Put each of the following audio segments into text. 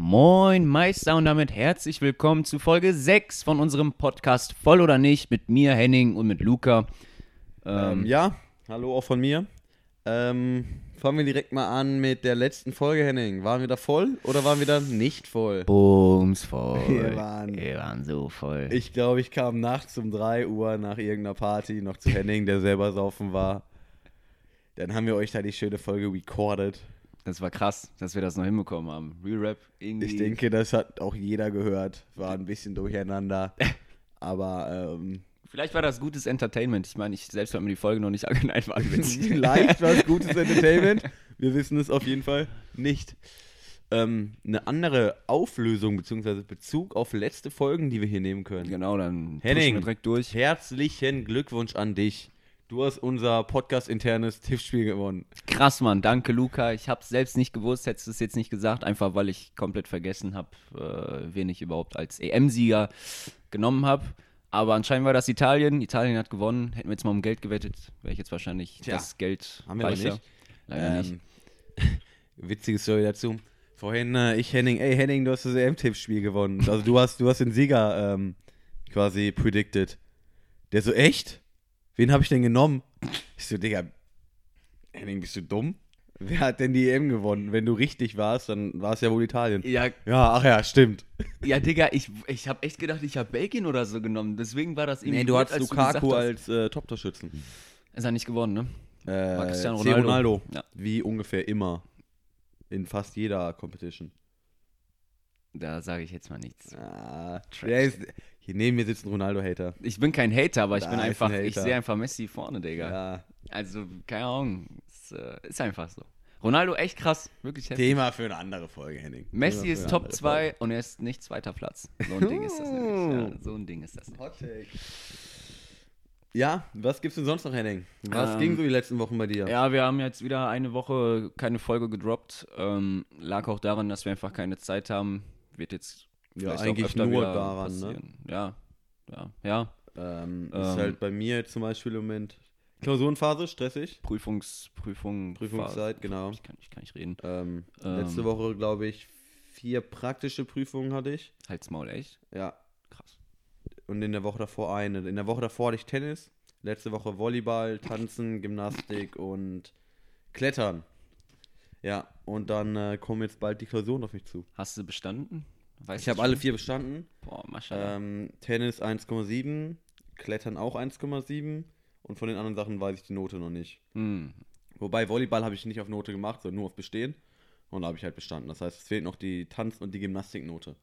Moin Meister und damit herzlich willkommen zu Folge 6 von unserem Podcast Voll oder nicht mit mir, Henning und mit Luca. Ähm, ja, hallo auch von mir. Ähm, fangen wir direkt mal an mit der letzten Folge, Henning. Waren wir da voll oder waren wir da nicht voll? Bums voll. Wir waren- Wir waren so voll. Ich glaube, ich kam nachts um 3 Uhr nach irgendeiner Party noch zu Henning, der selber saufen war. Dann haben wir euch da die schöne Folge recorded. das war krass, dass wir das noch hinbekommen haben. Real Rap irgendwie. Ich denke, das hat auch jeder gehört. War ein bisschen durcheinander. Aber ähm, Vielleicht war das gutes Entertainment. Ich meine, ich selbst habe mir die Folge noch nicht angeneigt, war witzig. vielleicht war es gutes Entertainment. Wir wissen es auf jeden Fall nicht. Ähm, eine andere Auflösung bzw. Bezug auf letzte Folgen, die wir hier nehmen können. Genau, dann pushen Henning. wir direkt durch. Herzlichen Glückwunsch an dich. Du hast unser podcast-internes Tippspiel gewonnen. Krass, Mann. Danke, Luca. Ich habe es selbst nicht gewusst, hättest du es jetzt nicht gesagt, einfach weil ich komplett vergessen habe, äh, wen ich überhaupt als EM-Sieger genommen habe. Aber anscheinend war das Italien. Italien hat gewonnen. Hätten wir jetzt mal um Geld gewettet, wäre ich jetzt wahrscheinlich Tja, das Geld haben wir aber weicher. nicht. Leider nicht. Ähm, Ähm, Witzige Story dazu. Vorhin, äh, ich Henning, ey Henning, du hast das EM-Tippspiel gewonnen. Also du hast, du hast den Sieger ähm, quasi predicted. Der so, echt? Wen habe ich denn genommen? Ich so, Digga, Henning, bist du dumm? Wer hat denn die EM gewonnen? Wenn du richtig warst, dann war es ja wohl Italien. Ja, Ja, ach ja, stimmt. ja, Digga, ich, ich habe echt gedacht, ich habe Belgien oder so genommen. Deswegen war das irgendwie. Nee, du blöd, hattest als Lukaku gesagt hast- halt- als äh, Top-Torschützen. Ist er nicht gewonnen, ne? Äh, War Cristiano C. Ronaldo. Ronaldo. Ja. Wie ungefähr immer. In fast jeder Competition. Da sage ich jetzt mal nichts. Ah, Trash. der ist, hier neben mir sitzt ein Ronaldo-Hater. Ich bin kein Hater, aber ich Da bin ist ein einfach, ich Hater. sehe einfach Messi vorne, Digga. Ja. Also, keine Ahnung. Es, äh, ist einfach so. Ronaldo echt krass, wirklich heftig. Thema für eine andere Folge, Henning. Messi Thema ist für Top eine 2 und er ist nicht zweiter Platz. So ein Ding ist das nämlich. Ja, so ein Ding ist das nämlich. andere Folge. Ja, was gibt's denn sonst noch, Henning? Was Ähm, ging so die letzten Wochen bei dir? Ja, wir haben jetzt wieder eine Woche keine Folge gedroppt. Ähm, lag auch daran, dass wir einfach keine Zeit haben. Wird jetzt Ja, vielleicht eigentlich auch öfter nur wieder daran, ne? passieren. Ja, ja, ja. Ähm, Ähm, ist halt bei mir zum Beispiel im Moment Klausurenphase, stressig. Prüfungs, Prüfung, Prüfungszeit, genau. Ich kann, ich kann nicht reden. Ähm, Ähm. letzte Woche, glaube ich, vier praktische Prüfungen hatte ich. Halt's Maul, echt? Ja, Krass. Und in der Woche davor eine. In der Woche davor hatte ich Tennis, letzte Woche Volleyball, Tanzen, Gymnastik und Klettern. Ja, und dann äh, kommen jetzt bald die Klausuren auf mich zu. Hast du bestanden? Weißt Ich habe du's alle schon? vier bestanden. Boah, Maschallah. Ähm, Tennis 1,7, Klettern auch 1,7 und von den anderen Sachen weiß ich die Note noch nicht. Hm. Wobei Volleyball habe ich nicht auf Note gemacht, sondern nur auf Bestehen. Und da habe ich halt bestanden. Das heißt, es fehlt noch die Tanz- und die Gymnastiknote.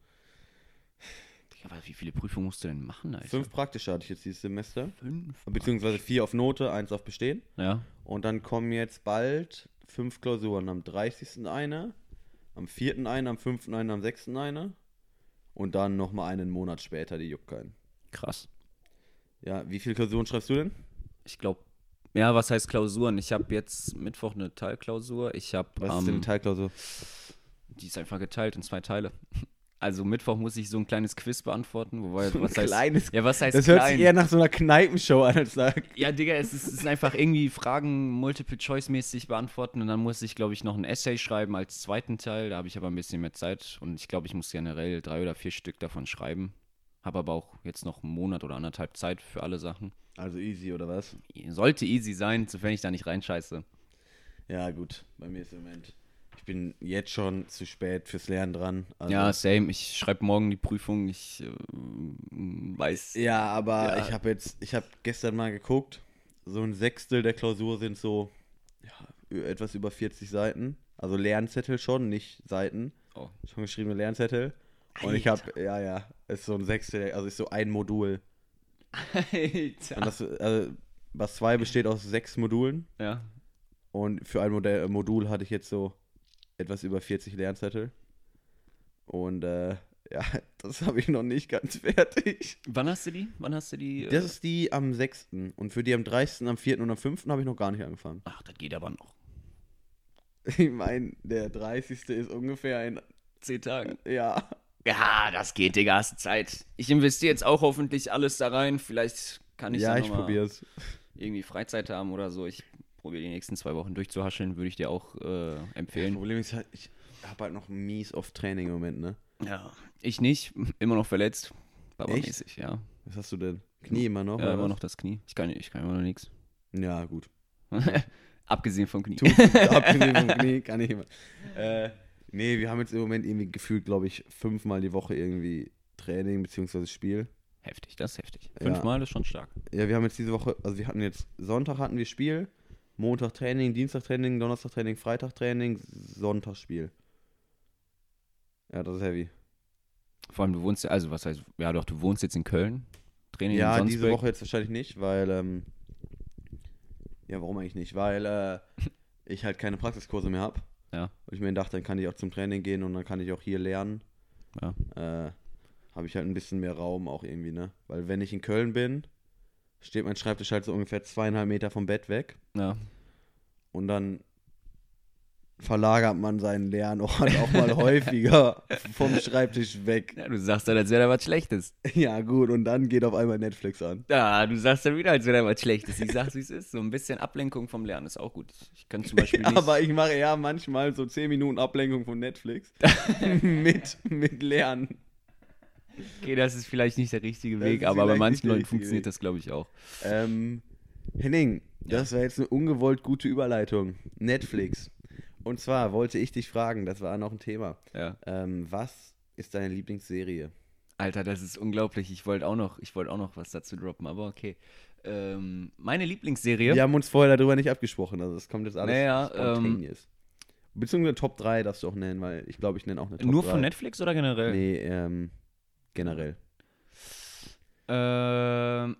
Digga, aber wie viele Prüfungen musst du denn machen, Alter? Fünf praktische hatte ich jetzt dieses Semester. Fünf. Beziehungsweise vier auf Note, eins auf Bestehen. Ja. Und dann kommen jetzt bald fünf Klausuren. Am 30. eine, am 4. eine, am 5. eine, am 6. eine. Und dann nochmal einen Monat später, die juckt keinen. Krass. Ja, wie viele Klausuren schreibst du denn? Ich glaube. Ja, was heißt Klausuren? Ich habe jetzt Mittwoch eine Teilklausur. Ich habe. Was ist denn eine Teilklausur? Die ist einfach geteilt in zwei Teile. Also Mittwoch muss ich so ein kleines Quiz beantworten. Wobei, So ein was heißt. kleines- ja, was heißt Das hört klein? sich eher nach so einer Kneipenshow an als nach. ja, Digga, es, ist, es sind einfach irgendwie Fragen Multiple-Choice-mäßig beantworten und dann muss ich, glaube ich, noch ein Essay schreiben als zweiten Teil. Da habe ich aber ein bisschen mehr Zeit und ich glaube, ich muss generell drei oder vier Stück davon schreiben. Habe aber auch jetzt noch einen Monat oder anderthalb Zeit für alle Sachen. Also easy oder was? Sollte easy sein, sofern ich da nicht reinscheiße. Ja, gut. Bei mir ist im Moment. Ich bin jetzt schon zu spät fürs Lernen dran. Also, ja, same. Ich schreibe morgen die Prüfung. Ich äh, weiß. Ja, aber Ja. ich habe jetzt, ich habe gestern mal geguckt, so ein Sechstel der Klausur sind so ja, ü- etwas über 40 Seiten. Also Lernzettel schon, nicht Seiten. Oh. Schon geschriebene Lernzettel. Und ich habe, ja, ja, ist so ein Sechstel, also ist so ein Modul. Und Alter. das, also, was zwei besteht aus sechs Modulen. Ja. Und für ein Modell, äh, Modul hatte ich jetzt so etwas über 40 Lernzettel. Und äh, ja, das habe ich noch nicht ganz fertig. Wann hast du die? Wann hast du die? äh, Das ist die am 6. Und für die am 30., am 4. und am 5. habe ich noch gar nicht angefangen. Ach, das geht aber noch. Ich meine, der 30. ist ungefähr ein. Zehn Tage. Ja. Ja, das geht, Digga. Hast Zeit. Ich investiere jetzt auch hoffentlich alles da rein. Vielleicht kann ich ja, dann ich noch mal probiere es. irgendwie Freizeit haben oder so. Ich probiere die nächsten zwei Wochen durchzuhascheln. Würde ich dir auch äh, Das empfehlen. Problem ist halt, ich hab halt noch mies auf Training im Moment, ne? Ja. Ich nicht, immer noch verletzt. Echt? Babamäßig, ja. Was hast du denn? Knie immer noch? ja, oder immer was? noch das Knie. Ich kann, ich kann immer noch nichts. Ja, gut. Abgesehen vom Knie. Du, abgesehen vom Knie, kann ich immer. Äh, nee, wir haben jetzt im Moment irgendwie gefühlt, glaube ich, fünfmal die Woche irgendwie Training bzw. Spiel. Heftig, das ist heftig. Ja. Fünfmal ist schon stark. Ja, wir haben jetzt diese Woche, also wir hatten jetzt, Sonntag hatten wir Spiel, Montag Training, Dienstag Training, Donnerstag Training, Freitag Training, Sonntag Spiel. Ja, das ist heavy. Vor allem, du wohnst ja, also was heißt, ja doch, du wohnst jetzt in Köln. Training ja, in diese Sonsbeck. Woche jetzt wahrscheinlich nicht, weil, ähm, ja, warum eigentlich nicht? Weil äh, ich halt keine Praxiskurse mehr habe. Ja. Und ich mir dachte, dann kann ich auch zum Training gehen und dann kann ich auch hier lernen. Ja. Äh, habe ich halt ein bisschen mehr Raum auch irgendwie, ne? Weil wenn ich in Köln bin, steht mein Schreibtisch halt so ungefähr zweieinhalb Meter vom Bett weg Ja. und dann verlagert man seinen Lernort auch mal häufiger vom Schreibtisch weg. ja, du sagst dann, als wäre da was Schlechtes. Ja gut, und dann geht auf einmal Netflix an. Ja, du sagst dann wieder, als wäre da was Schlechtes. Ich sag's, wie es ist. So ein bisschen Ablenkung vom Lernen ist auch gut. Ich kann zum Beispiel nicht. Aber ich mache ja manchmal so 10 Minuten Ablenkung von Netflix mit, mit Lernen. okay, das ist vielleicht nicht der richtige Das Weg, ist aber bei vielleicht nicht manchen der Leuten richtige funktioniert Weg. das, glaube ich, auch. Ähm, Henning, das war jetzt eine ungewollt gute Überleitung. Netflix. Und zwar wollte ich dich fragen, das war noch ein Thema. Ja. Ähm, was ist deine Lieblingsserie? Alter, das ist unglaublich. Ich wollte auch noch, ich wollte auch noch was dazu droppen, aber okay. Ähm, meine Lieblingsserie. Wir haben uns vorher darüber nicht abgesprochen, also es kommt jetzt alles Naja, spontaneous. Beziehungsweise Top 3 darfst du auch nennen, weil ich glaube, ich nenne auch eine Top Nur 3. von Netflix oder generell? Nee, ähm, generell. Ähm,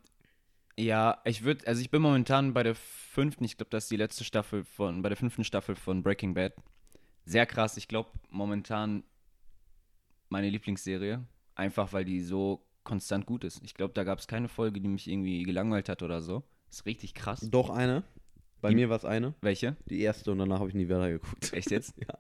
ja, ich würde, also ich bin momentan bei der fünften, ich glaube, das ist die letzte Staffel von, bei der fünften Staffel von Breaking Bad. Sehr krass, ich glaube, momentan meine Lieblingsserie, einfach weil die so konstant gut ist. Ich glaube, da gab es keine Folge, die mich irgendwie gelangweilt hat oder so. Ist richtig krass. Doch eine. Bei Die- mir war es eine. Welche? Die erste und danach habe ich nie weiter geguckt. Echt jetzt? Ja,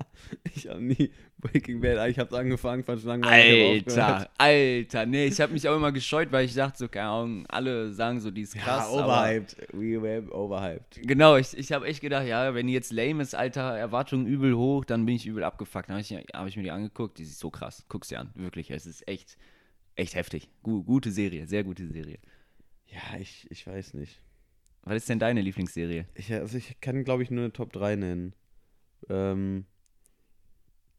ich habe nie Breaking Bad. Ich habe es angefangen, fand es langweilig. hab aufgehört. Alter, Alter, nee, ich habe mich auch immer gescheut, weil ich dachte so, keine Ahnung, alle sagen so, die ist krass, Ja, aber overhyped. We were overhyped. Genau, ich, ich habe echt gedacht, ja, wenn die jetzt lame ist, Alter, Erwartungen übel hoch, dann bin ich übel abgefuckt. Dann habe ich, hab ich mir die angeguckt, die ist so krass. Guck's dir an, wirklich. Es ist echt, echt heftig. Gu gute Serie, sehr gute Serie. Ja, ich, ich weiß nicht. Was ist denn deine Lieblingsserie? Ich, also ich kann, glaube ich, nur eine Top 3 nennen. Ähm,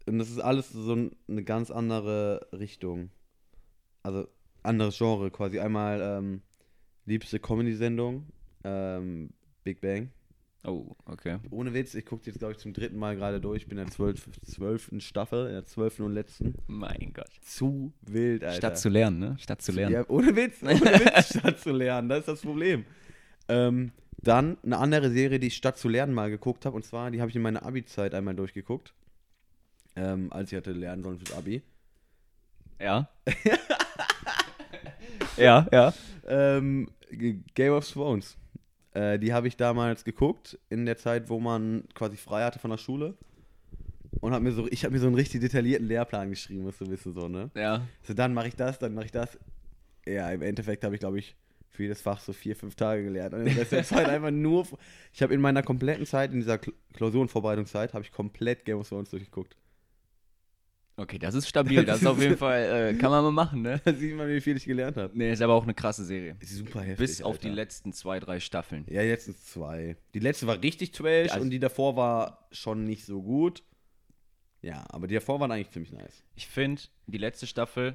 und das ist alles so n- eine ganz andere Richtung. Also anderes Genre quasi. Einmal ähm, liebste Comedy-Sendung, ähm, Big Bang. Oh, okay. Ohne Witz, ich gucke jetzt, glaube ich, zum dritten Mal gerade durch. Ich bin in der zwölf, zwölften Staffel, in der zwölften und letzten. Mein Gott. Zu wild, Alter. Statt zu lernen, ne? Statt zu lernen. Ja, ohne Witz, ohne Witz, statt zu lernen, das ist das Problem. Ähm, dann eine andere Serie, die ich statt zu lernen mal geguckt habe, und zwar, die habe ich in meiner Abi-Zeit einmal durchgeguckt. Ähm, als ich hatte lernen sollen fürs Abi. Ja. ja, ja. Ähm, G- Game of Thrones. Äh, die habe ich damals geguckt, in der Zeit, wo man quasi frei hatte von der Schule. Und hab mir so, ich habe mir so einen richtig detaillierten Lehrplan geschrieben, musst du wissen, so, ne? Ja. So, dann mache ich das, dann mache ich das. Ja, im Endeffekt habe ich, glaube ich, für jedes Fach so vier, fünf Tage gelernt. Und in der Zeit einfach nur. Ich habe in meiner kompletten Zeit, in dieser Kl- Klausurenvorbereitungszeit, habe ich komplett Game of Thrones durchgeguckt. Okay, das ist stabil. Das ist auf jeden Fall, äh, kann man mal machen, ne? Da sieht man, wie viel ich gelernt habe. Nee, ist aber auch eine krasse Serie. Super heftig. Bis auf Alter. die letzten zwei, drei Staffeln. Ja, jetzt sind zwei. Die letzte war richtig trash Ja, also und die davor war schon nicht so gut. Ja, aber die davor waren eigentlich ziemlich nice. Ich finde, die letzte Staffel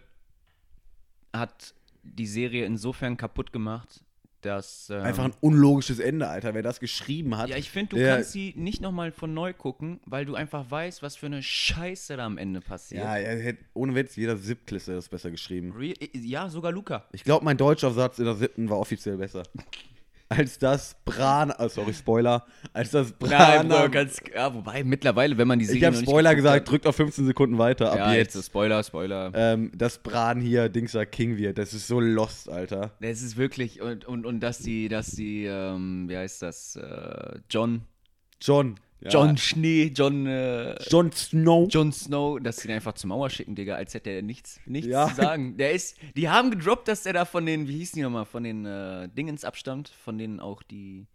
hat die Serie insofern kaputt gemacht, dass. ähm, Einfach ein unlogisches Ende, Alter. Wer das geschrieben hat. ja, ich finde, du der- kannst sie nicht nochmal von neu gucken, weil du einfach weißt, was für eine Scheiße da am Ende passiert. Ja, er hätte, ohne Witz, jeder Siebtklässler hätte das besser geschrieben. Re äh, ja sogar Luca. Ich glaube, mein deutscher Satz in der siebten war offiziell besser. Als das Bran, ah, sorry, Spoiler, als das Bran. am- ja, wobei, mittlerweile, wenn man die Serie. ich habe noch nicht Spoiler geguckt hat- gesagt, drückt auf 15 Sekunden weiter, ab Ja, jetzt. jetzt. ist Spoiler, Spoiler. Ähm, dass Bran hier Dingser King wird, das ist so lost, Alter. Es ist wirklich. Und, und, und dass die, dass die, ähm, wie heißt das? Äh, John. John. Ja. John Schnee, John. Äh, John Snow. Jon Snow, dass sie ihn einfach zur Mauer schicken, Digga, als hätte er nichts, nichts Ja. zu sagen. Der ist, die haben gedroppt, dass er da von den, wie hießen die nochmal, von den äh, Dingens abstammt, von denen auch die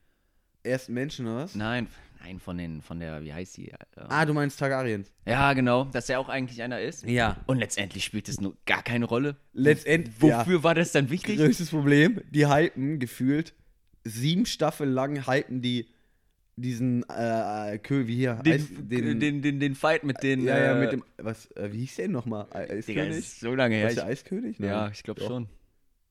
ersten Menschen, oder was? Nein, nein, von den, von der, wie heißt die? Äh, Ah, du meinst Targaryen. Ja, genau, dass er auch eigentlich einer ist. Ja. Und letztendlich spielt es nur gar keine Rolle. Letztendlich. Wofür war das dann Ja. wichtig? Größtes Problem, die hypen gefühlt sieben Staffeln lang hypen die diesen äh, Kö, wie hier, heißt- Den, den, den, den, Fight mit den. ja, ja, äh, mit dem, was, äh, wie hieß der nochmal? Digga, Eiskönig? das ist so lange her. War's Ich, der Eiskönig? Nein. ja, ich glaube Doch. schon.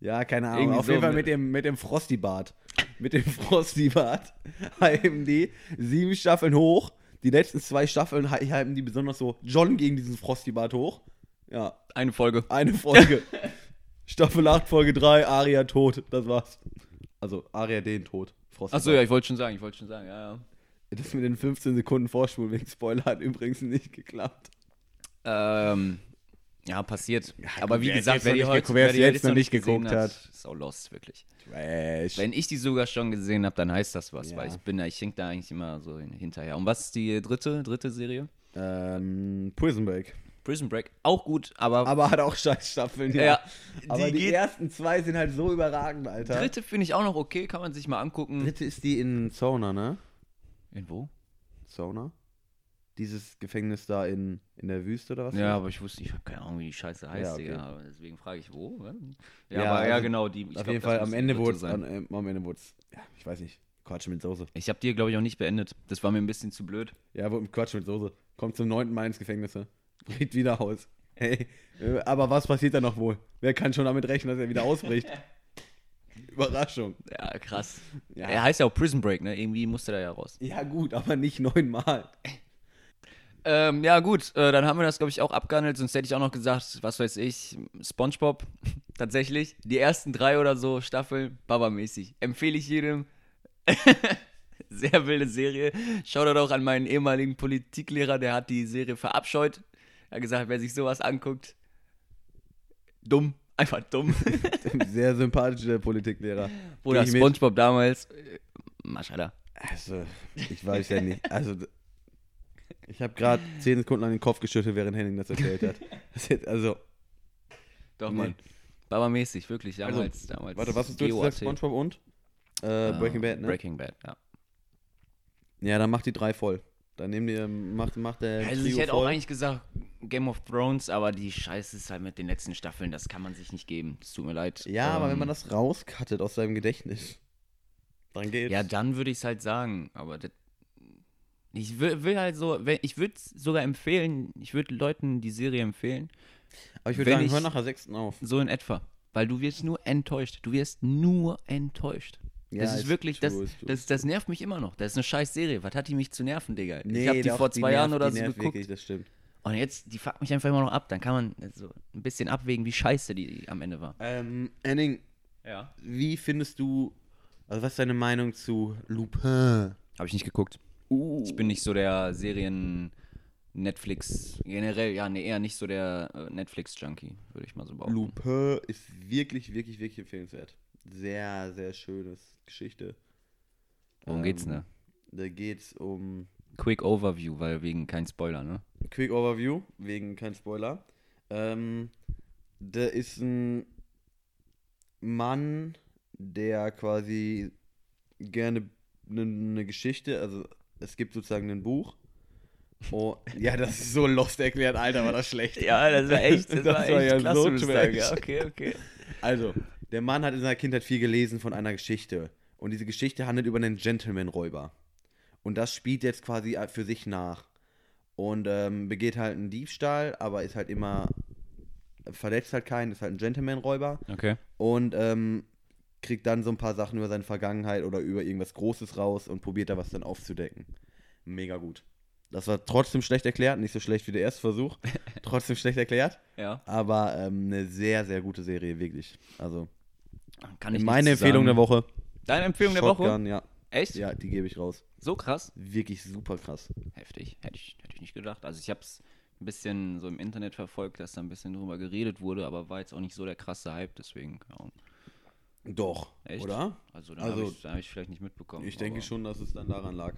Ja, keine Ahnung. Irgendwie Auf jeden so Fall mit- mit dem, mit dem Frosty-Bart. Mit dem Frosty-Bart hypen die sieben Staffeln hoch. Die letzten zwei Staffeln hy- hypen die besonders so John gegen diesen Frosty-Bart hoch. Ja, Eine Folge. eine Folge. Staffel 8, Folge 3, Aria tot. Das war's. Also, Aria den tot. Frosty Achso, ja, ich wollte schon sagen, ich wollte schon sagen, ja, Das mit den 15 Sekunden Vorsprung wegen Spoiler hat übrigens nicht geklappt. ja. Ähm, ja, passiert. Aber gut, wie wer gesagt, jetzt noch wer die nicht heute geguckt- wer wer die jetzt jetzt noch nicht gesehen geguckt ist auch lost, wirklich. Trash. Wenn ich die sogar schon gesehen habe, dann heißt das was, Ja. weil ich bin da, ich hink da eigentlich immer so hin- hinterher. Und was ist die dritte, dritte Serie? Ähm, Prison Break. Prison Break, auch gut, aber, Aber hat auch scheiß Staffeln. Ja. Ja, Aber die die, geht- ersten zwei sind halt so überragend, Alter. dritte finde ich auch noch okay, kann man sich mal angucken. Dritte ist die in Sauna, ne? In wo? Sauna? Dieses Gefängnis da in, in der Wüste oder was? Ja, aber ich wusste, ich habe keine Ahnung, wie die Scheiße heißt, Ja, okay. Digga. aber Deswegen frage ich, wo? Ja, Ja, aber ja, also genau, die. ich Auf glaub, jeden das Fall, muss am die Ende dritte wurde es, sein. am, äh, am Ende wurde es, ja, ich weiß nicht, Quatsch mit Soße. Ich habe die, glaube ich, auch nicht beendet. Das war mir ein bisschen zu blöd. Ja, wurde Quatsch mit Soße. Kommt zum neunten Mal ins Gefängnis, ne? geht wieder aus. Hey, äh, aber was passiert da noch wohl? Wer kann schon damit rechnen, dass er wieder ausbricht? Überraschung. Ja, krass. Ja. Er heißt ja auch Prison Break, ne? Irgendwie musste er ja raus. Ja gut, aber nicht neunmal. Ähm, ja, gut, äh, dann haben wir das, glaube ich, auch abgehandelt. Sonst hätte ich auch noch gesagt, was weiß ich, Spongebob, tatsächlich. Die ersten drei oder so Staffeln, Baba-mäßig. Empfehle ich jedem. Sehr wilde Serie. Schaut doch auch an meinen ehemaligen Politiklehrer, der hat die Serie verabscheut. Er hat gesagt, wer sich sowas anguckt, dumm, einfach dumm. Sehr sympathischer Politiklehrer. Oder Geh ich mit. Spongebob damals, äh, Maschallah. Also, ich weiß ja nicht. Also, d- ich habe gerade zehn Sekunden lang den Kopf geschüttelt, während Henning das erzählt hat. Das jetzt, also, Doch, Nee. Mann. Baba-mäßig, wirklich, Also, damals, damals. warte, was hast du jetzt gesagt? GOAT. SpongeBob und äh, Breaking Ah, Bad, ne? Breaking Bad, ja. Ja, dann macht die drei voll. Dann nehmen die, macht, macht der. Also ich Trio hätte auch voll. eigentlich gesagt Game of Thrones, aber die Scheiße ist halt mit den letzten Staffeln, das kann man sich nicht geben. Es tut mir leid. Ja, aber Ähm, wenn man das rauskattet aus seinem Gedächtnis, dann geht's. Ja, dann würde ich es halt sagen, aber das, ich will, will halt so, wenn- ich würde es sogar empfehlen, ich würde Leuten die Serie empfehlen, aber ich würde wenn sagen, ich- hör nach der sechsten auf. so in etwa, weil du wirst nur enttäuscht, du wirst nur enttäuscht. Ja, das ist, ist wirklich, true, das, ist true. das, das nervt mich immer noch. Das ist eine scheiß Serie. Was hat die mich zu nerven, Digga? ich habe die vor zwei Jahren oder so geguckt. Wirklich, das stimmt. Und jetzt, die fuckt mich einfach immer noch ab. Dann kann man so ein bisschen abwägen, wie scheiße die am Ende war. Ähm, Henning, Ja. wie findest du, also was ist deine Meinung zu Lupin? Habe ich nicht geguckt. Uh. Ich bin nicht so der Serien Netflix generell, ja, nee, eher nicht so der äh, Netflix Junkie, würde ich mal so behaupten. Lupin ist wirklich, wirklich, wirklich empfehlenswert. Sehr, sehr schönes Geschichte. Worum geht's Ähm, ne? Da geht's um Quick Overview, weil wegen kein Spoiler, ne? Quick Overview, wegen kein Spoiler. Ähm, da ist ein Mann, der quasi gerne eine ne Geschichte, also es gibt sozusagen ein Buch. Oh, ja, das ist so lost erklärt, Alter, war das schlecht. Ja, das war echt, das Das war war echt ja klasse, so muss ich sagen. trash. Ja, okay, okay. Also, der Mann hat in seiner Kindheit viel gelesen von einer Geschichte. Und diese Geschichte handelt über einen Gentleman-Räuber. Und das spielt jetzt quasi für sich nach. Und ähm, begeht halt einen Diebstahl, aber ist halt immer. Verletzt halt keinen, ist halt ein Gentleman-Räuber. Okay. Und ähm, kriegt dann so ein paar Sachen über seine Vergangenheit oder über irgendwas Großes raus und probiert da was dann aufzudecken. Mega gut. Das war trotzdem schlecht erklärt, nicht so schlecht wie der erste Versuch. Trotzdem schlecht erklärt, Ja. aber ähm, eine sehr, sehr gute Serie, wirklich. Also Kann ich meine nichts zu Empfehlung der sagen. Woche. Deine Empfehlung der Woche? Shotgun, ja. Echt? Ja, die gebe ich raus. So krass. Wirklich super krass. Heftig. Hätte ich, hätte ich nicht gedacht. Also ich habe es ein bisschen so im Internet verfolgt, dass da ein bisschen drüber geredet wurde, aber war jetzt auch nicht so der krasse Hype, deswegen. keine Ahnung. Doch. Echt? Oder? Also da Also, habe ich, da hab ich vielleicht nicht mitbekommen. Ich denke aber- schon, dass es dann daran lag.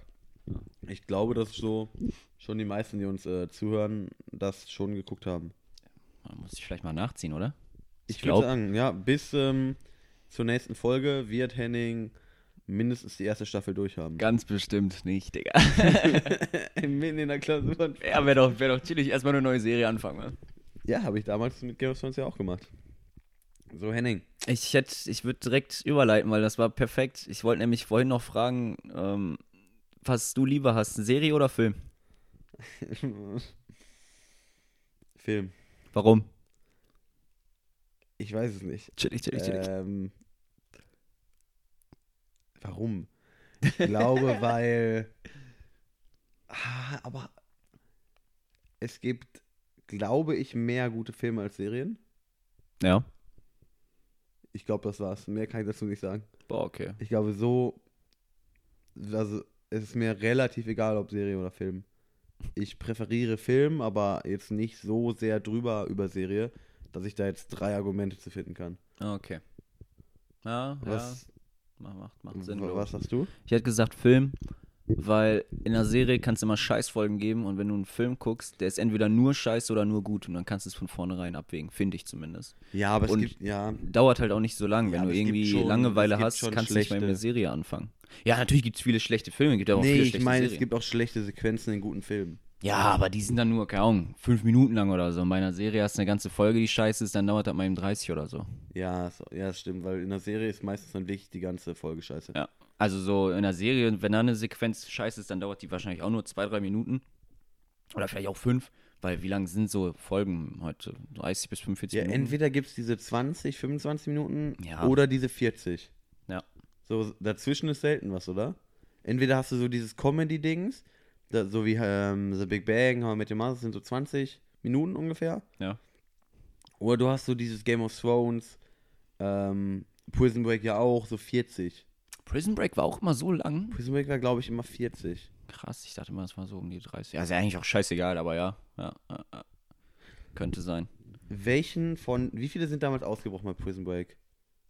Ich glaube, dass so schon die meisten, die uns äh, zuhören, das schon geguckt haben. Da muss ich vielleicht mal nachziehen, oder? Ich, glaub- würde sagen, ja, bis ähm, zur nächsten Folge wird Henning mindestens die erste Staffel durchhaben. Ganz bestimmt nicht, Digga. Mitten in der Klausur. Ja, wäre doch, wär doch chillig, erstmal eine neue Serie anfangen. Ne? Ja, habe ich damals mit Game of Thrones ja auch gemacht. So, Henning. Ich hätte, ich würde direkt überleiten, weil das war perfekt. Ich wollte nämlich vorhin noch fragen, ähm, was du lieber hast, Serie oder Film? Film. Warum? Ich weiß es nicht. Chillig, chillig, chillig. Ähm, warum? Ich glaube, weil. Ah, aber es gibt, glaube ich, mehr gute Filme als Serien. Ja. Ich glaube, das war's. Mehr kann ich dazu nicht sagen. Boah, okay. Ich glaube, so. Also, es ist mir relativ egal, ob Serie oder Film. Ich präferiere Film, aber jetzt nicht so sehr drüber über Serie, dass ich da jetzt drei Argumente zu finden kann. Ah, Okay. Ja, ja. Was, ma- Macht, macht Sinn. glaub was hast du? ich. Ich hätte gesagt Film, weil in einer Serie kann es immer Scheißfolgen geben und wenn du einen Film guckst, der ist entweder nur scheiße oder nur gut und dann kannst du es von vornherein abwägen, finde ich zumindest. Ja, aber es Und- gibt. Ja, Dauert halt auch nicht so lang. Ja, Wenn aber du es gibt irgendwie schon- es Langeweile gibt hast, schon kannst du nicht mal mit einer schlechte- Serie anfangen. Ja, natürlich gibt es viele schlechte Filme, gibt aber auch nee, viele ich schlechte meine, es Serien. gibt auch schlechte Sequenzen in guten Filmen. Ja, aber die sind dann nur, keine Ahnung, fünf Minuten lang oder so. Und bei einer Serie hast du eine ganze Folge, die scheiße ist, dann dauert das mal eben 30 oder so. Ja, so, ja, das stimmt, weil in der Serie ist meistens dann wirklich die ganze Folge scheiße. Ja. Also so in einer Serie, und wenn da eine Sequenz scheiße ist, dann dauert die wahrscheinlich auch nur zwei, drei Minuten. Oder vielleicht auch fünf, weil wie lang sind so Folgen heute? 30 bis 45 Ja, Minuten? entweder gibt es diese 20, 25 Minuten Ja. oder diese 40. Ja. So, dazwischen ist selten was, oder? Entweder hast du so dieses Comedy-Dings, da- so wie ähm, The Big Bang, How I Met Your Mother, das sind so 20 Minuten ungefähr. Ja. Oder du hast so dieses Game of Thrones, ähm, Prison Break ja auch, so 40. Prison Break war auch immer so lang. Prison Break war, glaube ich, immer 40. Krass, ich dachte immer, das war so um die 30. Ja, ist ja eigentlich auch scheißegal, aber ja. ja, ja, ja. Könnte sein. Welchen von, wie viele sind damals ausgebrochen bei Prison Break?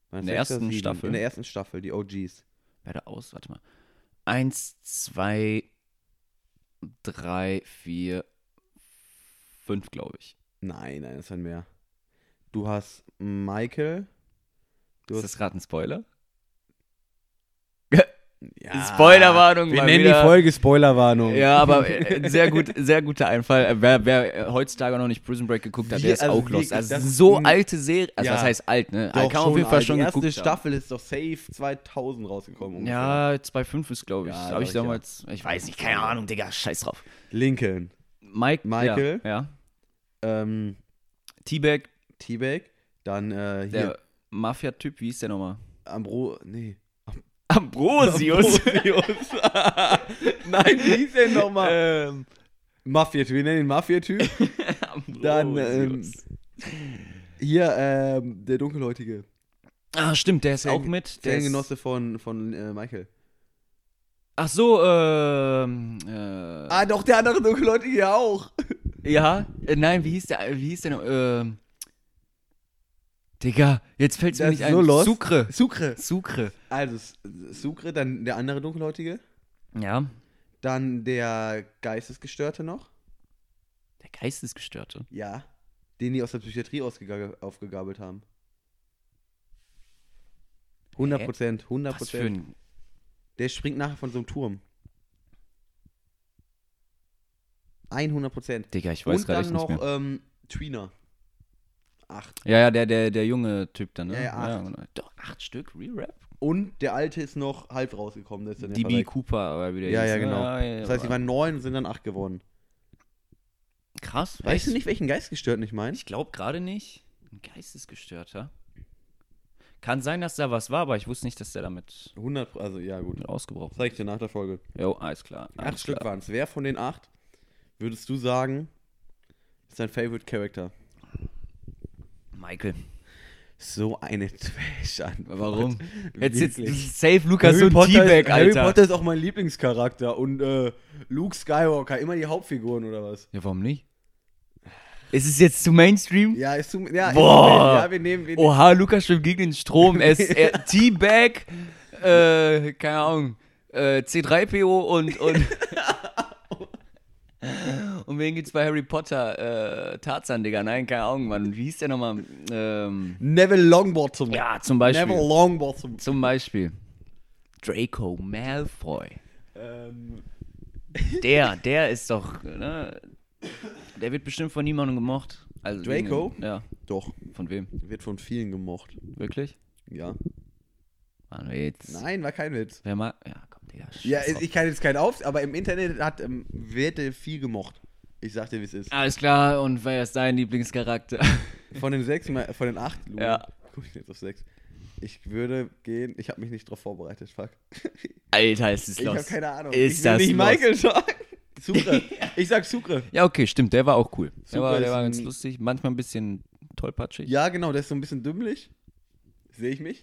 Waren es In der sechs oder ersten sieben? Staffel? In der ersten Staffel, die OGs. Wer da aus? Warte mal. Eins, zwei, drei, vier, fünf, glaube ich. Nein, nein, das waren mehr. Du hast Michael. Du Ist hast, das gerade ein Spoiler? ja, Spoilerwarnung Wir mal nennen wieder. die Folge Spoilerwarnung. Ja, aber äh, äh, sehr gut, sehr guter Einfall. Äh, Wer, wer äh, heutzutage noch nicht Prison Break geguckt hat, Wie- der ist also auch wirklich, lost. Also das ist so ein- alte Serie, also Ja. was heißt alt, ne? Doch, Kann man auf jeden Fall alt. schon Die erste geguckt haben. Staffel ist doch safe 2000 rausgekommen. ungefähr. Ja, 2.5 ist, glaube ich. Ja, Ja, glaub Habe ich ich, ja. damals, ich weiß nicht, keine Ahnung, Digga, scheiß drauf. Lincoln. Mike, Michael? Ja, ja. Ähm, T-Bag, T-Bag. Dann der äh, hier. Mafia-Typ, wie hieß der nochmal? Ambro. Nee. Ambrosius. Ambrosius. Nein, wie hieß der nochmal? ähm, Mafia-Typ. Wir nennen ihn Mafia-Typ. Ambrosius. Dann, ähm, Hier, ähm, der Dunkelhäutige. ah, stimmt, der ist auch Fan- mit. Der ist, Fangenosse von, von äh, Michael. ach so, ähm, äh, Ah, doch, der andere Dunkelhäutige ja auch. Ja, äh, nein, wie hieß der, wie hieß der noch, ähm, Digga, jetzt fällt's mir Das nicht ist ein. so lost. Sucre. Sucre. Sucre. Also, S- Sucre, dann der andere Dunkelhäutige. Ja, Dann der Geistesgestörte noch. der Geistesgestörte. Ja. Den die aus der Psychiatrie ausgega- aufgegabelt haben. 100 Prozent, 100 Was für Prozent. ein, Der springt nachher von so einem Turm. 100 Prozent. Digga, ich weiß Und gerade dann echt nicht noch mehr. ähm, Tweener. Acht. Ja, ja, der, der, der junge Typ dann, ne? Ja, ja, acht. genau. Doch, acht Stück, Re-Rap? Und der alte ist noch halb rausgekommen. Der ist dann ja DB verreckt. Cooper, oder wie der Ja, hieß. ja, genau. Ah, ja, Das heißt, die aber- waren neun und sind dann acht geworden. krass. Weißt du echt? nicht, welchen Geistgestörten ich meine? Ich glaube gerade nicht. Ein Geistesgestörter. Kann sein, dass da was war, aber ich wusste nicht, dass der damit 100, Pro- also ja gut. mit ausgebrochen Zeig ich dir nach der Folge. ist. Jo, alles klar. Acht Alles Stück klar. waren es. Wer von den acht, würdest du sagen, ist dein Favorite Character? Michael. So eine trash antwort Warum? Jetzt, jetzt Wirklich. safe Lukas und T-Bag, ist, Harry Alter. Potter ist auch mein Lieblingscharakter und äh, Luke Skywalker, immer die Hauptfiguren oder was? Ja, warum nicht? Ist es jetzt zu Mainstream? Ja, ist zu, ja, ist Boah. Oh. Zu, ja wir nehmen, wir nehmen Oha, Lukas schwimmt gegen den Strom. Er ist er, T-Bag, äh, keine Ahnung, äh, C3PO und. und Und wen geht's bei Harry Potter? Äh, Tarzan, Digga. Nein, keine Ahnung, Mann. Wie hieß der nochmal? Ähm, Neville Longbottom. ja, zum Beispiel. Neville Longbottom. Zum Beispiel. Draco Malfoy. Ähm, Der, der ist doch, ne? Der wird bestimmt von niemandem gemocht. Also Draco? wegen- Ja, Doch, von wem? wird von vielen gemocht. Wirklich? Ja. Mann, jetzt. Nein, war kein Witz. Wer mal. Ja, komm, Digga. scheiß Ja, drauf. ich kann jetzt keinen auf, aber im Internet hat, ähm, wird der viel gemocht. Ich sag dir, wie es ist. Alles klar, und wer ist dein Lieblingscharakter? Von den sechs, mal- von den acht, Luan, Ja. guck ich jetzt auf sechs. Ich würde gehen, ich habe mich nicht drauf vorbereitet, fuck. Alter, ist es Ich los. habe keine Ahnung. Ist ich das nicht los? Michael sagen. Sucre. Ich sag Sucre. Ja, okay, stimmt, der war auch cool. Super Der war, ist der war ein- ganz lustig, manchmal ein bisschen tollpatschig. Ja, genau, der ist so ein bisschen dümmlich. Sehe ich mich.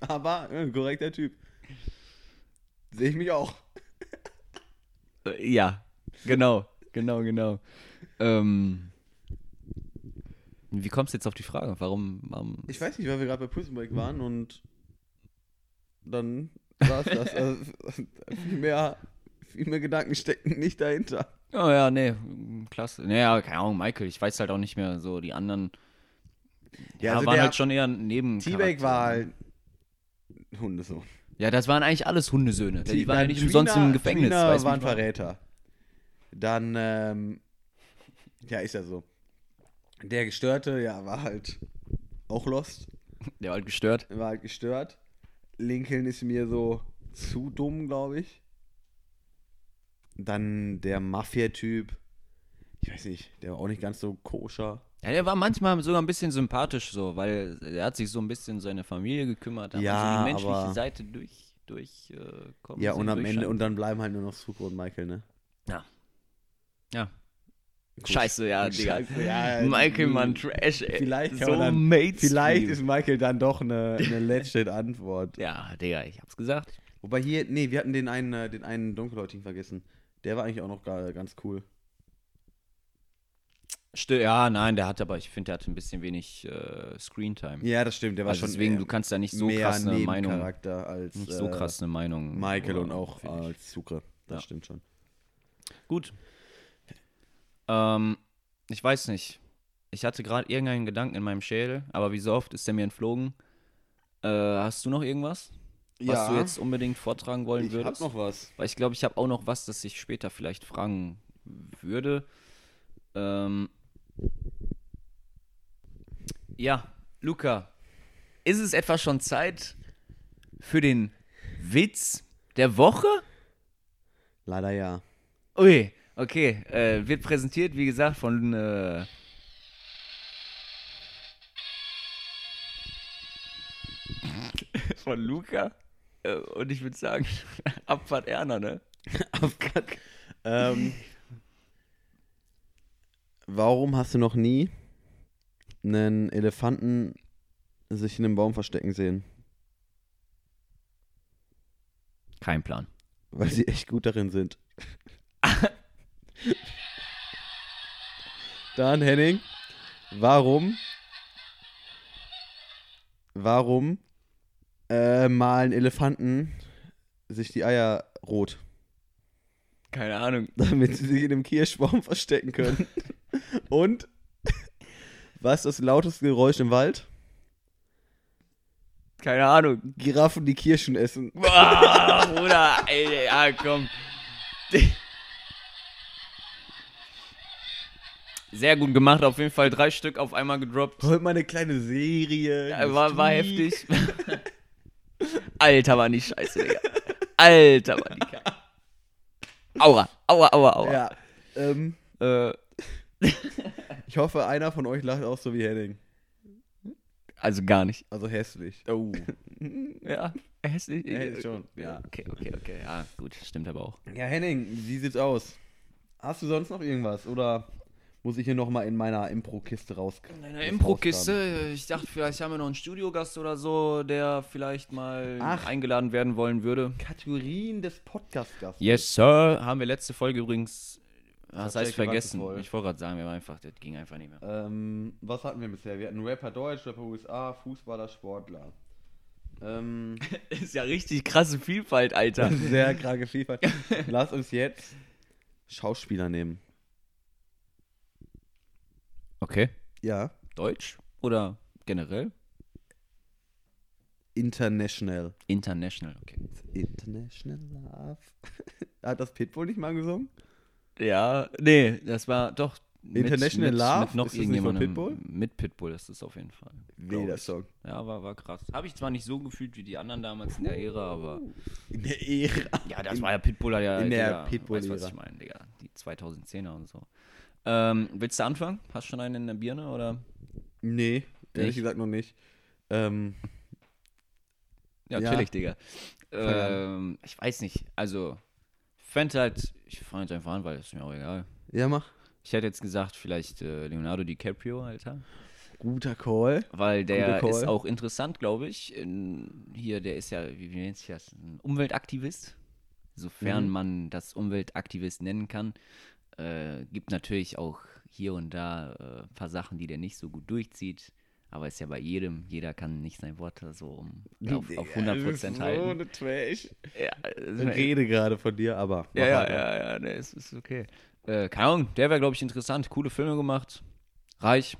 Aber äh, korrekter Typ. Sehe ich mich auch. Äh, Ja, genau, genau, genau. Ähm, wie kommst du jetzt auf die Frage? Warum? warum Ich weiß nicht, weil wir gerade bei Prison Break Mhm. waren und dann war es das. Also, viel, mehr, viel mehr Gedanken stecken nicht dahinter. Oh ja, nee, mm, klasse. Naja, keine Ahnung, Michael, ich weiß halt auch nicht mehr so, die anderen ja, also waren der halt schon eher neben. T-Bag war halt ein Hundesohn. Ja, das waren eigentlich alles Hundesöhne. Die waren Dann halt nicht umsonst Trina- im Gefängnis. Trina weiß waren nicht warum. Verräter. Dann, ähm, ja, ist ja so. Der Gestörte, ja, war halt auch lost. Der war halt gestört. War halt gestört. Lincoln ist mir so zu dumm, glaube ich. Dann der Mafia-Typ. Ich weiß nicht, der war auch nicht ganz so koscher. Ja, der war manchmal sogar ein bisschen sympathisch so, weil er hat sich so ein bisschen um seine Familie gekümmert, hat Ja, so die menschliche aber- Seite durch, durch, äh, kommen Ja, sehen, und am Ende, durchscheinen. und dann bleiben halt nur noch Zuko und Michael, ne? Ja. Ja. Gut. Scheiße, ja, Digga. Scheiße, ja, Michael, hm. Mann, Trash, ey. Vielleicht, kann so man dann, Mainstream. vielleicht ist Michael dann doch eine, eine letzte Antwort. Ja, Digga, ich hab's gesagt. Wobei hier, nee, wir hatten den einen, äh, den einen Dunkelhäutigen vergessen. Der war eigentlich auch noch ga- ganz cool. Stö ja, nein, der hat aber, ich finde, der hat ein bisschen wenig äh, Screentime. Ja, das stimmt, der war also schon deswegen, eher du kannst da nicht so mehr krass eine Meinung. Nebencharakter als Nicht so äh, krass eine Meinung. Michael oder- und auch find ich. als Zucker. Das Ja. stimmt schon. Gut. Ähm, ich weiß nicht. Ich hatte gerade irgendeinen Gedanken in meinem Schädel, aber wie so oft ist der mir entflogen. Äh, hast du noch irgendwas, was du jetzt unbedingt vortragen wollen ich hab würdest? noch was. Weil ich glaube, ich habe auch noch was, das ich später vielleicht fragen würde. Ähm ja, Luca, ist es etwa schon Zeit für den Witz der Woche? Leider ja. Ui, okay. Äh, wird präsentiert, wie gesagt, von. Äh von Luca. Äh, Und ich würde sagen, Abfahrt Erna, ne? ähm, warum hast du noch nie einen Elefanten sich in einem Baum verstecken sehen? Kein Plan. Weil sie echt gut darin sind. Dann Henning, warum, warum äh, malen Elefanten sich die Eier rot, Keine Ahnung. damit sie sich in einem Kirschbaum verstecken können? Und was ist das lauteste Geräusch im Wald? Keine Ahnung. Giraffen, die Kirschen essen. Boah, Ah, Bruder, ey, ja, komm. Sehr gut gemacht, auf jeden Fall drei Stück auf einmal gedroppt. Heute mal eine kleine Serie. Ja, War, war Musik. heftig. Alter, war die scheiße, Digga. Alter, war die kacke. Aua, aua, aua, aua. Ja. Ähm, Äh, Ich hoffe, einer von euch lacht auch so wie Henning. also gar nicht. Also hässlich. Oh. Ja, hässlich. Hässlich schon, ja. Okay, okay, okay. Ja, gut, stimmt aber auch. Ja, Henning, wie sieht's aus? Hast du sonst noch irgendwas? Oder muss ich hier nochmal in meiner Impro-Kiste raus? In einer Impro-Kiste, ich dachte, vielleicht haben wir noch einen Studiogast oder so, der vielleicht mal Ach. eingeladen werden wollen würde. Kategorien des Podcast-Gastes. Yes, Sir. Haben wir letzte Folge übrigens, was heißt Tatsächlich vergessen? voll. Ich wollte gerade sagen, wir waren einfach, das ging einfach nicht mehr. Ähm, was hatten wir bisher? Wir hatten Rapper Deutsch, Rapper USA, Fußballer, Sportler. Ähm, Ist ja richtig krasse Vielfalt, Alter. sehr kranke Vielfalt. Lass uns jetzt Schauspieler nehmen. Okay. Ja. Deutsch oder generell? International. International, okay. International Love. Hat das Pitbull nicht mal gesungen? Ja, nee, das war doch. mit- International mit, Love? Mit noch Ist das nicht von irgendjemandem. Pitbull? Mit Pitbull ist es auf jeden Fall. glaub Nee, der ich. Song. Ja, war, war krass. Habe ich zwar nicht so gefühlt wie die anderen damals in der Ära, aber. In der Ära. Ja, das war ja Pitbull, ja. in der Digga, Pitbull. Weißt, was Pitbull-Ära. ich meine, Digga. Die 2010er und so. Ähm, willst du anfangen? Hast schon einen in der Birne oder? Nee, ehrlich Nicht? gesagt noch nicht. Ähm, Ja, Ja. chillig, Digga. Fang Ähm, ich weiß nicht. Also, ich fände halt, ich fange jetzt einfach an, weil es mir auch egal. ja, mach. Ich hätte jetzt gesagt, vielleicht äh, Leonardo DiCaprio, Alter. Guter Call. Weil der Guter Call. ist auch interessant, glaube ich. In, hier, der ist ja, wie, wie nennt sich das? Ein Umweltaktivist. Sofern Mhm. man das Umweltaktivist nennen kann. Äh, gibt natürlich auch hier und da äh, ein paar Sachen, die der nicht so gut durchzieht. Aber ist ja bei jedem. Jeder kann nicht sein Wort da so um, auf, auf 100% So halten. eine Trash. Ja, Ich rede gerade von dir, aber. ja, mach ja, weiter. ja, ja, nee, es ist okay. Äh, keine Ahnung, der wäre, glaube ich, interessant. Coole Filme gemacht. Reich.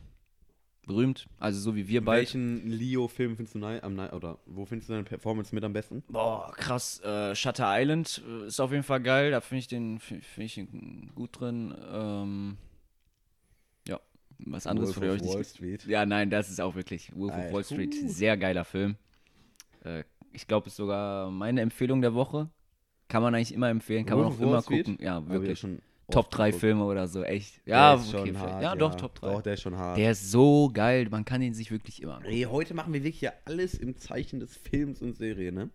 Berühmt. Also so wie wir beide. Welchen Leo-Film findest du nein, am nei- oder wo findest du deine Performance mit am besten? Boah, krass. Äh, Shutter Island äh, ist auf jeden Fall geil. Da finde ich den find, find ich den gut drin. Ähm, ja, was anderes Wolf von euch of Wall nicht. Street. Ja, nein, das ist auch wirklich Wolf of Alter. Wall Street. Uh. Sehr geiler Film. Äh, ich glaube, ist sogar meine Empfehlung der Woche. Kann man eigentlich immer empfehlen. Kann Wolf man of auch Wall immer Street? gucken. Ja, Hab ich wirklich. schon oft Top 3 geguckt. Filme oder so, echt. Der Ja, ist okay, schon vielleicht. hart, ja, doch, Top 3. Doch, der, der ist schon hart. ist so geil, man kann ihn sich wirklich immer angucken. Ey, heute machen wir wirklich ja alles im Zeichen des Films und Serie, ne?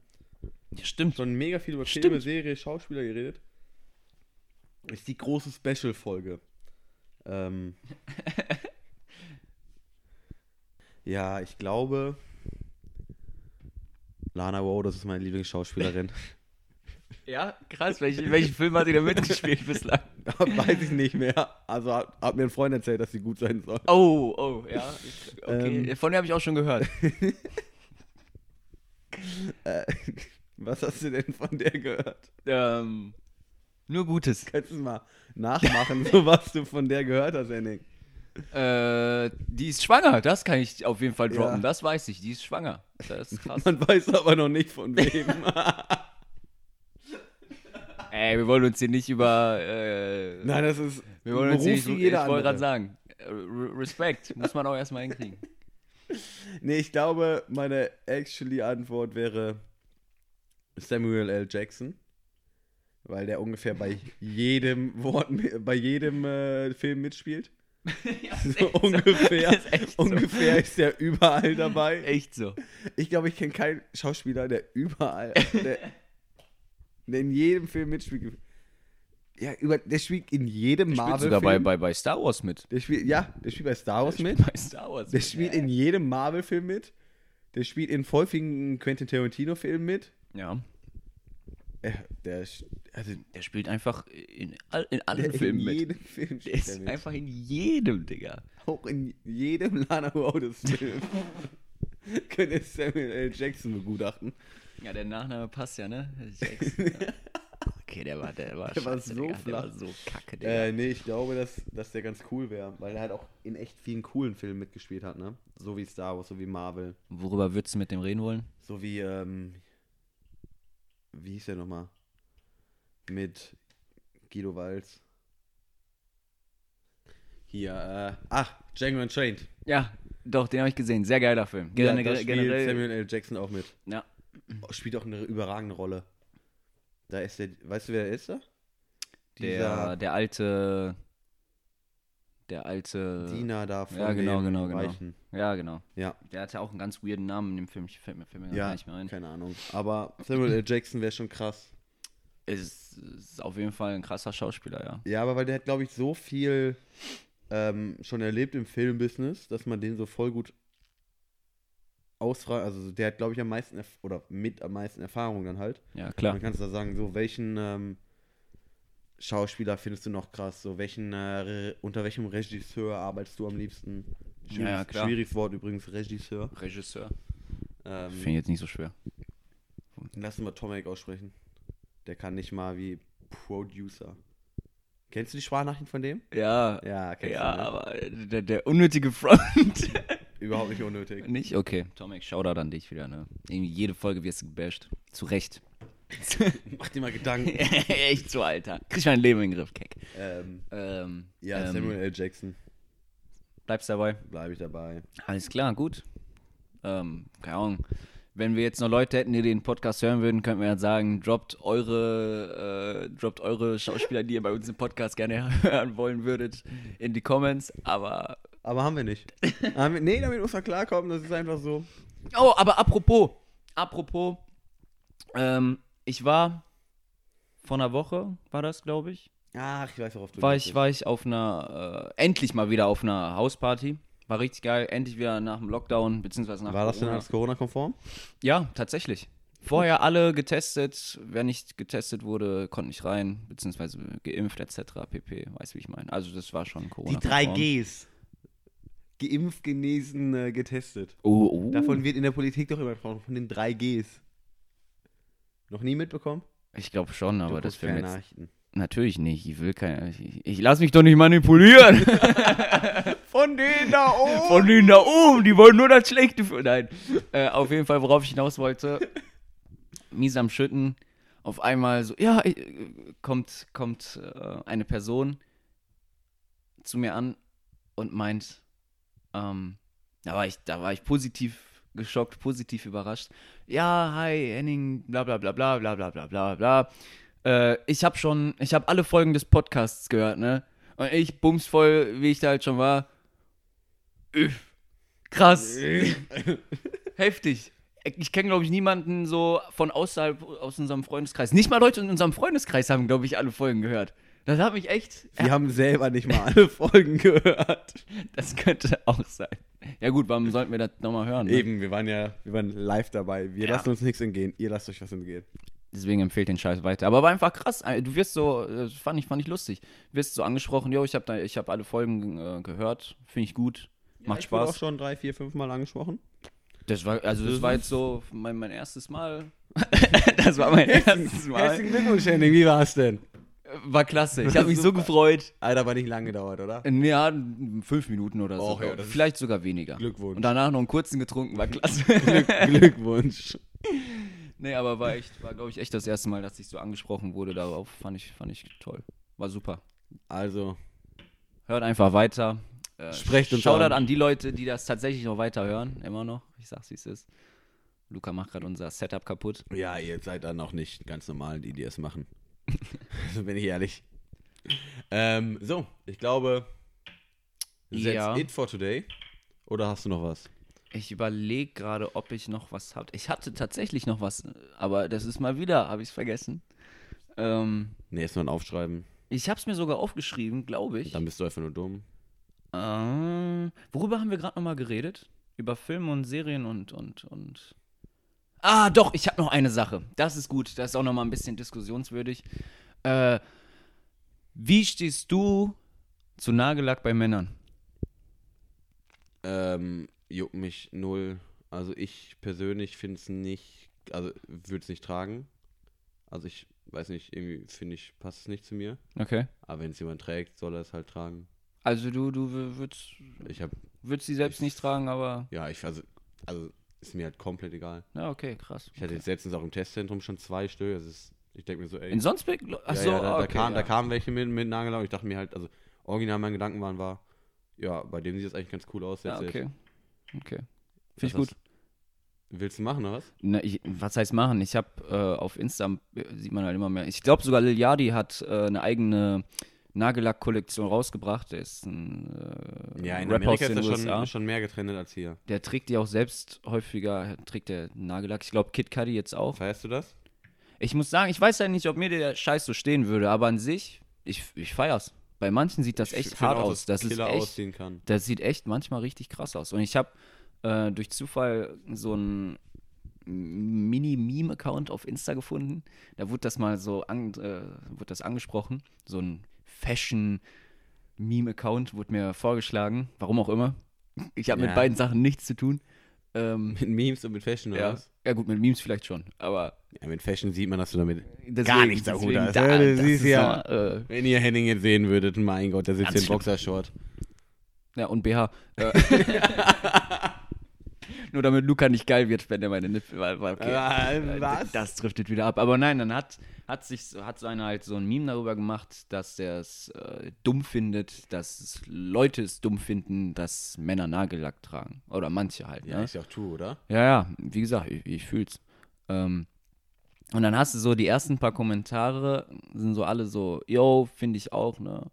Ja, stimmt. Schon mega viel über Stimmt. Filme, Serie, Schauspieler geredet. Ist die große Special-Folge. Ähm. ja, ich glaube. Lana Wow, das ist meine Lieblingsschauspielerin. Ja, krass, welchen, welchen Film hat ihr da mitgespielt bislang? Weiß ich nicht mehr. Also hat, hat mir ein Freund erzählt, dass sie gut sein soll. Oh, oh, ja. Ich, okay, Ähm. von der habe ich auch schon gehört. Äh, was hast du denn von der gehört? ähm, nur Gutes. Kannst du mal nachmachen, so was du von der gehört hast, Henning? Äh, die ist schwanger, das kann ich auf jeden Fall droppen, Ja. das weiß ich, die ist schwanger. Das ist krass. Man weiß aber noch nicht von wem. Ey, wir wollen uns hier nicht über. Äh, Nein, das ist wir wollen uns hier nicht. wie Ich jeder wollte gerade andere. sagen, äh, Re- Respekt, muss man auch erstmal hinkriegen. Nee, ich glaube, meine actually Antwort wäre Samuel L. Jackson. Weil der ungefähr bei jedem Wort, bei jedem äh, Film mitspielt. So ungefähr. Ist echt so. ungefähr ist der überall dabei. Echt so. Ich glaube, ich kenne keinen Schauspieler, der überall, der, der in jedem Film mitspielt. Ja, über, der spielt in jedem Spielt Marvel-Film. sogar bei, bei, bei Star Wars mit. der spielt, ja, der spielt bei Star Wars mit. Bei Star Wars. Der mit. spielt in jedem Marvel-Film mit. Der spielt in voll vielen Quentin Tarantino-Filmen mit. Ja. Äh, Der, sch- also, Der spielt einfach in, all, in der allen in Filmen mit. jedem Film Der spielt ist er mit. einfach in jedem, Digga. Auch in jedem Lana Rhodes-Film. Könnte Samuel L. Jackson begutachten. Ja, der Nachname passt ja, ne? Jackson, ja. Okay, der war, der war, Der war scheiße, so Digga. Der flach. war so kacke, Digga. Äh, nee, ich glaube, dass, dass der ganz cool wäre, weil er halt auch in echt vielen coolen Filmen mitgespielt hat, ne? So wie Star Wars, so wie Marvel, Worüber würdest du mit dem reden wollen? so wie, ähm, wie hieß der nochmal? Mit Guido Walz. Hier, äh, ach, Django Unchained. Ja, doch, den habe ich gesehen. Sehr geiler Film. Ja, Gener da ja, spielt generell. Samuel L. Jackson auch mit. Ja. Oh, spielt auch eine überragende Rolle. Da ist der, weißt du, wer der ist da? Der, Dieser der alte. Der alte. Diener da von äh, Ja, genau, dem genau, genau. Reichen. Ja, genau. Ja. Der hatte auch einen ganz weirden Namen in dem Film. Ich fällt mir, fällt mir gerade Ja, gar nicht mehr ein. keine Ahnung. Aber Samuel L. Jackson wäre schon krass. Ist, ist auf jeden Fall ein krasser Schauspieler, ja. Ja, aber weil der hat, glaube ich, so viel ähm, schon erlebt im Filmbusiness, dass man den so voll gut ausfragt. Also der hat, glaube ich, am meisten erf- oder mit am meisten Erfahrung dann halt. Ja, klar. Dann kannst du da sagen, so welchen ähm, Schauspieler findest du noch krass? So welchen äh, Re- unter welchem Regisseur arbeitest du am liebsten? Ja, ja, klar. schwieriges Wort übrigens, Regisseur. Regisseur. Finde ich Ähm, jetzt nicht so schwer. lassen wir Tomek aussprechen. Der kann nicht mal wie Producer. Kennst du die Sprachnachrichten von dem? Ja, Ja, ja, kennst du. Ne? aber der, der unnötige Front. Über überhaupt nicht unnötig. Nicht? Okay. Tomek, Shoutout an dich wieder, ne? Irgendwie jede Folge wirst du gebasht. Zu Recht. Mach dir mal Gedanken. Echt so, Alter. Krieg mein Leben in den Griff, Keck. ähm, Ähm, ja, ähm, Samuel L. Jackson, Bleib's dabei. bleibe ich dabei. Alles klar, gut. Ähm, keine Ahnung. Wenn wir jetzt noch Leute hätten, die den Podcast hören würden, könnten wir dann sagen, droppt eure, äh, droppt eure Schauspieler, die ihr bei uns im Podcast gerne hören wollen würdet, in die Comments. Aber. Aber haben wir nicht. haben wir, nee, damit muss man klarkommen, das ist einfach so. Oh, aber apropos. Apropos. Ähm, ich war vor einer Woche, war das, glaube ich. Ach, ich weiß, worauf du war hinaus ich, willst. war ich auf einer, äh, endlich mal wieder auf einer Hausparty. War richtig geil. Endlich wieder nach dem Lockdown, beziehungsweise nach War das denn Corona. alles Corona-konform? Ja, tatsächlich. Vorher alle getestet. Wer nicht getestet wurde, konnte nicht rein, beziehungsweise geimpft etc. pp. Weiß, wie ich meine. Also das war schon Corona. Gs. Geimpft, genesen, äh, getestet. Oh, oh. Davon wird in der Politik doch immer gesprochen, von den drei Gs. Noch nie mitbekommen? Ich glaube schon, aber Du das guckst wäre mir jetzt... Nachrichten. Natürlich nicht. Ich will keine... Ich, ich lasse mich doch nicht manipulieren. Von denen da oben! Von denen da oben. Die wollen nur das Schlechte für... Nein. Äh, auf jeden Fall, worauf ich hinaus wollte. Mies am Schütten. Auf einmal so... Ja, äh, kommt, kommt äh, eine Person zu mir an und meint, ähm, da war ich, da war ich positiv geschockt, positiv überrascht. Ja, hi, Henning, bla bla bla bla bla bla bla bla bla. Äh, ich habe schon, ich habe alle Folgen des Podcasts gehört, ne? Und ich bumsvoll, wie ich da halt schon war. Üff. Krass. Heftig. Ich kenne, glaube ich, niemanden so von außerhalb aus unserem Freundeskreis. Nicht mal Leute in unserem Freundeskreis haben, glaube ich, alle Folgen gehört. Das hat mich echt Die haben selber nicht mal alle Folgen gehört. das könnte auch sein. Ja gut, warum sollten wir das nochmal hören? Ne? Eben, wir waren ja wir waren live dabei. Wir Ja. lassen uns nichts entgehen. Ihr lasst euch was entgehen. Deswegen empfehlt den Scheiß weiter. Aber war einfach krass. Äh, Du wirst so, das fand ich, fand ich lustig. Du wirst so angesprochen, yo, ich habe hab alle Folgen äh, gehört, finde ich gut, macht ich wurde auch Spaß. schon drei, vier, fünf Mal angesprochen. Das war, also Das das war jetzt so mein, mein erstes Mal. das war mein erstes Mal. Herzlichen Glückwunsch, Henning. Wie war's denn? War klasse. Ich habe mich so gefreut. Alter, aber nicht lange gedauert, oder? In, ja, fünf Minuten oder so. Och, ja, das ist- Vielleicht sogar weniger. Glückwunsch. Und danach noch einen kurzen getrunken, war klasse. Glückwunsch. Nee, aber war echt, war glaube ich echt das erste Mal, dass ich so angesprochen wurde darauf. Fand ich, fand ich toll. War super. Also, Hört einfach weiter. Äh, Sprecht uns Shoutout an. an. die Leute, die das tatsächlich noch weiterhören. Immer noch. Ich sag's, wie es ist. Luca macht gerade unser Setup kaputt. ja, ihr seid dann auch nicht ganz normal, die, die es machen. so bin ich ehrlich. Ähm, so, ich glaube, that's Ja. it for today. Oder hast du noch was? Ich überlege gerade, ob ich noch was hab. Ich hatte tatsächlich noch was, aber das ist mal wieder, habe ich's vergessen. Ähm, Nee, erst mal ein Aufschreiben. ich hab's mir sogar aufgeschrieben, glaube ich. Dann bist du einfach nur dumm. Ähm, worüber haben wir gerade nochmal geredet? Über Filme und Serien und, und, und. Ah, doch, ich habe noch eine Sache. Das ist gut. Das ist auch nochmal ein bisschen diskussionswürdig. Äh, wie stehst du zu Nagellack bei Männern? Ähm, juckt mich null. Also ich persönlich finde es nicht, also würde es nicht tragen. Also ich weiß nicht, irgendwie finde ich, passt es nicht zu mir. Okay. Aber wenn es jemand trägt, soll er es halt tragen. Also, du, du wür- würdest, Ich habe, würdest sie selbst nicht tragen, aber. ja, ich, also, also ist mir halt komplett egal. Na, okay, krass. Ich hatte jetzt letztens auch im Testzentrum schon zwei Stück. Das ist, ich denke mir so, ey. In Sonsbeck? Achso, ja, ja, da, okay. da, kam, ja. da kamen welche mit, mit Nagellack. Ich dachte mir halt, also original mein Gedanken waren, war, ja, bei dem sieht es eigentlich ganz cool aus. Ja, that's it. Ah, okay. Okay. Was Finde ich gut. hast- Willst du machen, oder was? Na, Ne, ich, was heißt machen? Ich habe äh, auf Insta äh, sieht man halt immer mehr. Ich glaube sogar Lil Yadi hat äh, eine eigene Nagellack-Kollektion rausgebracht. Der ist ein äh, Ja, in Rapper Amerika aus ist den das USA. schon, schon mehr getrennt als hier. Der trägt die auch selbst häufiger, trägt der Nagellack. Ich glaube Kid Cudi jetzt auch. Feierst du das? Ich muss sagen, ich weiß ja nicht, ob mir der Scheiß so stehen würde, aber an sich, ich, ich feier's. Bei manchen sieht das Ich echt find hart auch, aus. dass Das ist Killer echt aussehen kann. Das sieht echt manchmal richtig krass aus. Und ich habe äh, durch Zufall so einen Mini-Meme-Account auf Insta gefunden. Da wurde das mal so an, äh, wurde das angesprochen. So ein Fashion-Meme-Account wurde mir vorgeschlagen. Warum auch immer. Ich habe Ja. mit beiden Sachen nichts zu tun. Ähm, Mit Memes und mit Fashion oder ja. was? ja, gut, mit Memes vielleicht schon. Aber Ja, mit Fashion sieht man, dass du damit deswegen, gar nichts am Hut deswegen hast. da- Ja, du das siehst ist ja. noch, äh, Wenn ihr Henning jetzt sehen würdet, mein Gott, der sitzt Ganz hier in Boxershort. ja, und BH. Äh, Nur damit Luca nicht geil wird, wenn er meine Nippel. Weil, weil- okay. Äh, was? Das driftet wieder ab. Aber nein, dann hat, hat sich so- hat so einer halt so ein Meme darüber gemacht, dass der es äh, dumm findet, dass es Leute es dumm finden, dass Männer Nagellack tragen. Oder manche halt. Ja, ne? ist ja auch true, oder? Ja, ja, wie gesagt, ich, ich fühl's. Ähm, und dann hast du so die ersten paar Kommentare, sind so alle so, yo, finde ich auch, ne?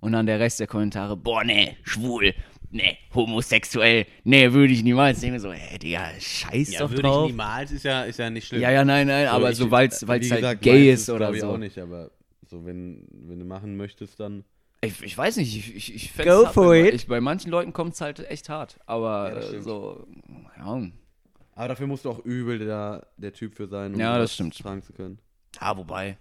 Und dann der Rest der Kommentare, boah, nee, schwul, nee, homosexuell, nee, würde ich niemals. Ich denke mir so, hä, Digga, scheiß Ja, doch würde drauf. ich niemals, ist ja, ist ja nicht schlimm. ja, ja, nein, nein, So, aber ich- äh, sobald wie es halt gesagt, gay meins ist oder glaub ich so. auch nicht, aber so, wenn, wenn du machen möchtest, dann. Ich, ich weiß nicht, ich, ich, ich Go fänd's hart, for wenn- it. Ich, bei manchen Leuten kommt es halt echt hart, Ja, aber das äh, stimmt. so, ja. Aber dafür musst du auch übel der, der Typ für sein, Ja, sowas das stimmt. tragen zu können. Ja, wobei.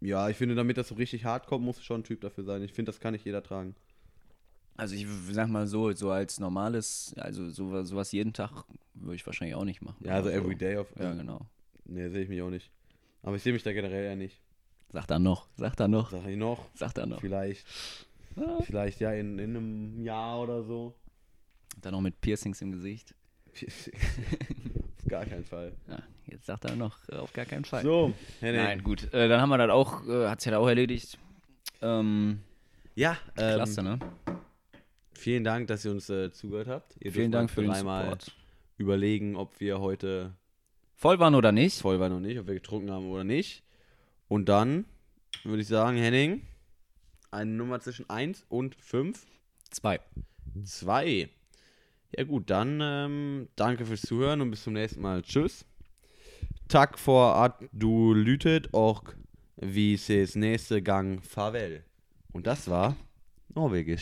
Ja, ich finde, damit das so richtig hart kommt, muss schon ein Typ dafür sein. Ich finde, das kann nicht jeder tragen. Also ich w- sag mal so, so als normales, also sowas, sowas jeden Tag würde ich wahrscheinlich auch nicht machen. Ja, also Aber everyday auf. Ja, genau. Nee, sehe ich mich auch nicht. Aber ich sehe mich da generell eher nicht. Sag da noch, sag da noch, Sag ich noch? sag da noch. Vielleicht. Vielleicht ja in, in einem Jahr oder so. Dann noch mit Piercings im Gesicht. Auf gar keinen Fall. Ja, jetzt sag da noch, äh, auf gar keinen Fall. So, Henning. Nein, gut. Äh, dann haben wir das auch, äh, hat es ja da auch erledigt. Ähm, Ja, ähm, klasse, ne? vielen Dank, dass ihr uns äh, zugehört habt. Ihr Vielen dürft Dank uns für den dreimal Support. überlegen, ob wir heute Voll waren oder nicht? voll waren oder nicht, ob wir getrunken haben oder nicht. Und dann würde ich sagen, Henning, eine Nummer zwischen 1 und 5. Zwei. 2. Ja gut, dann ähm, danke fürs Zuhören und bis zum nächsten Mal. Tschüss. Tag vor at du lütet auch wie es nächste Gang farewell. Und das war norwegisch.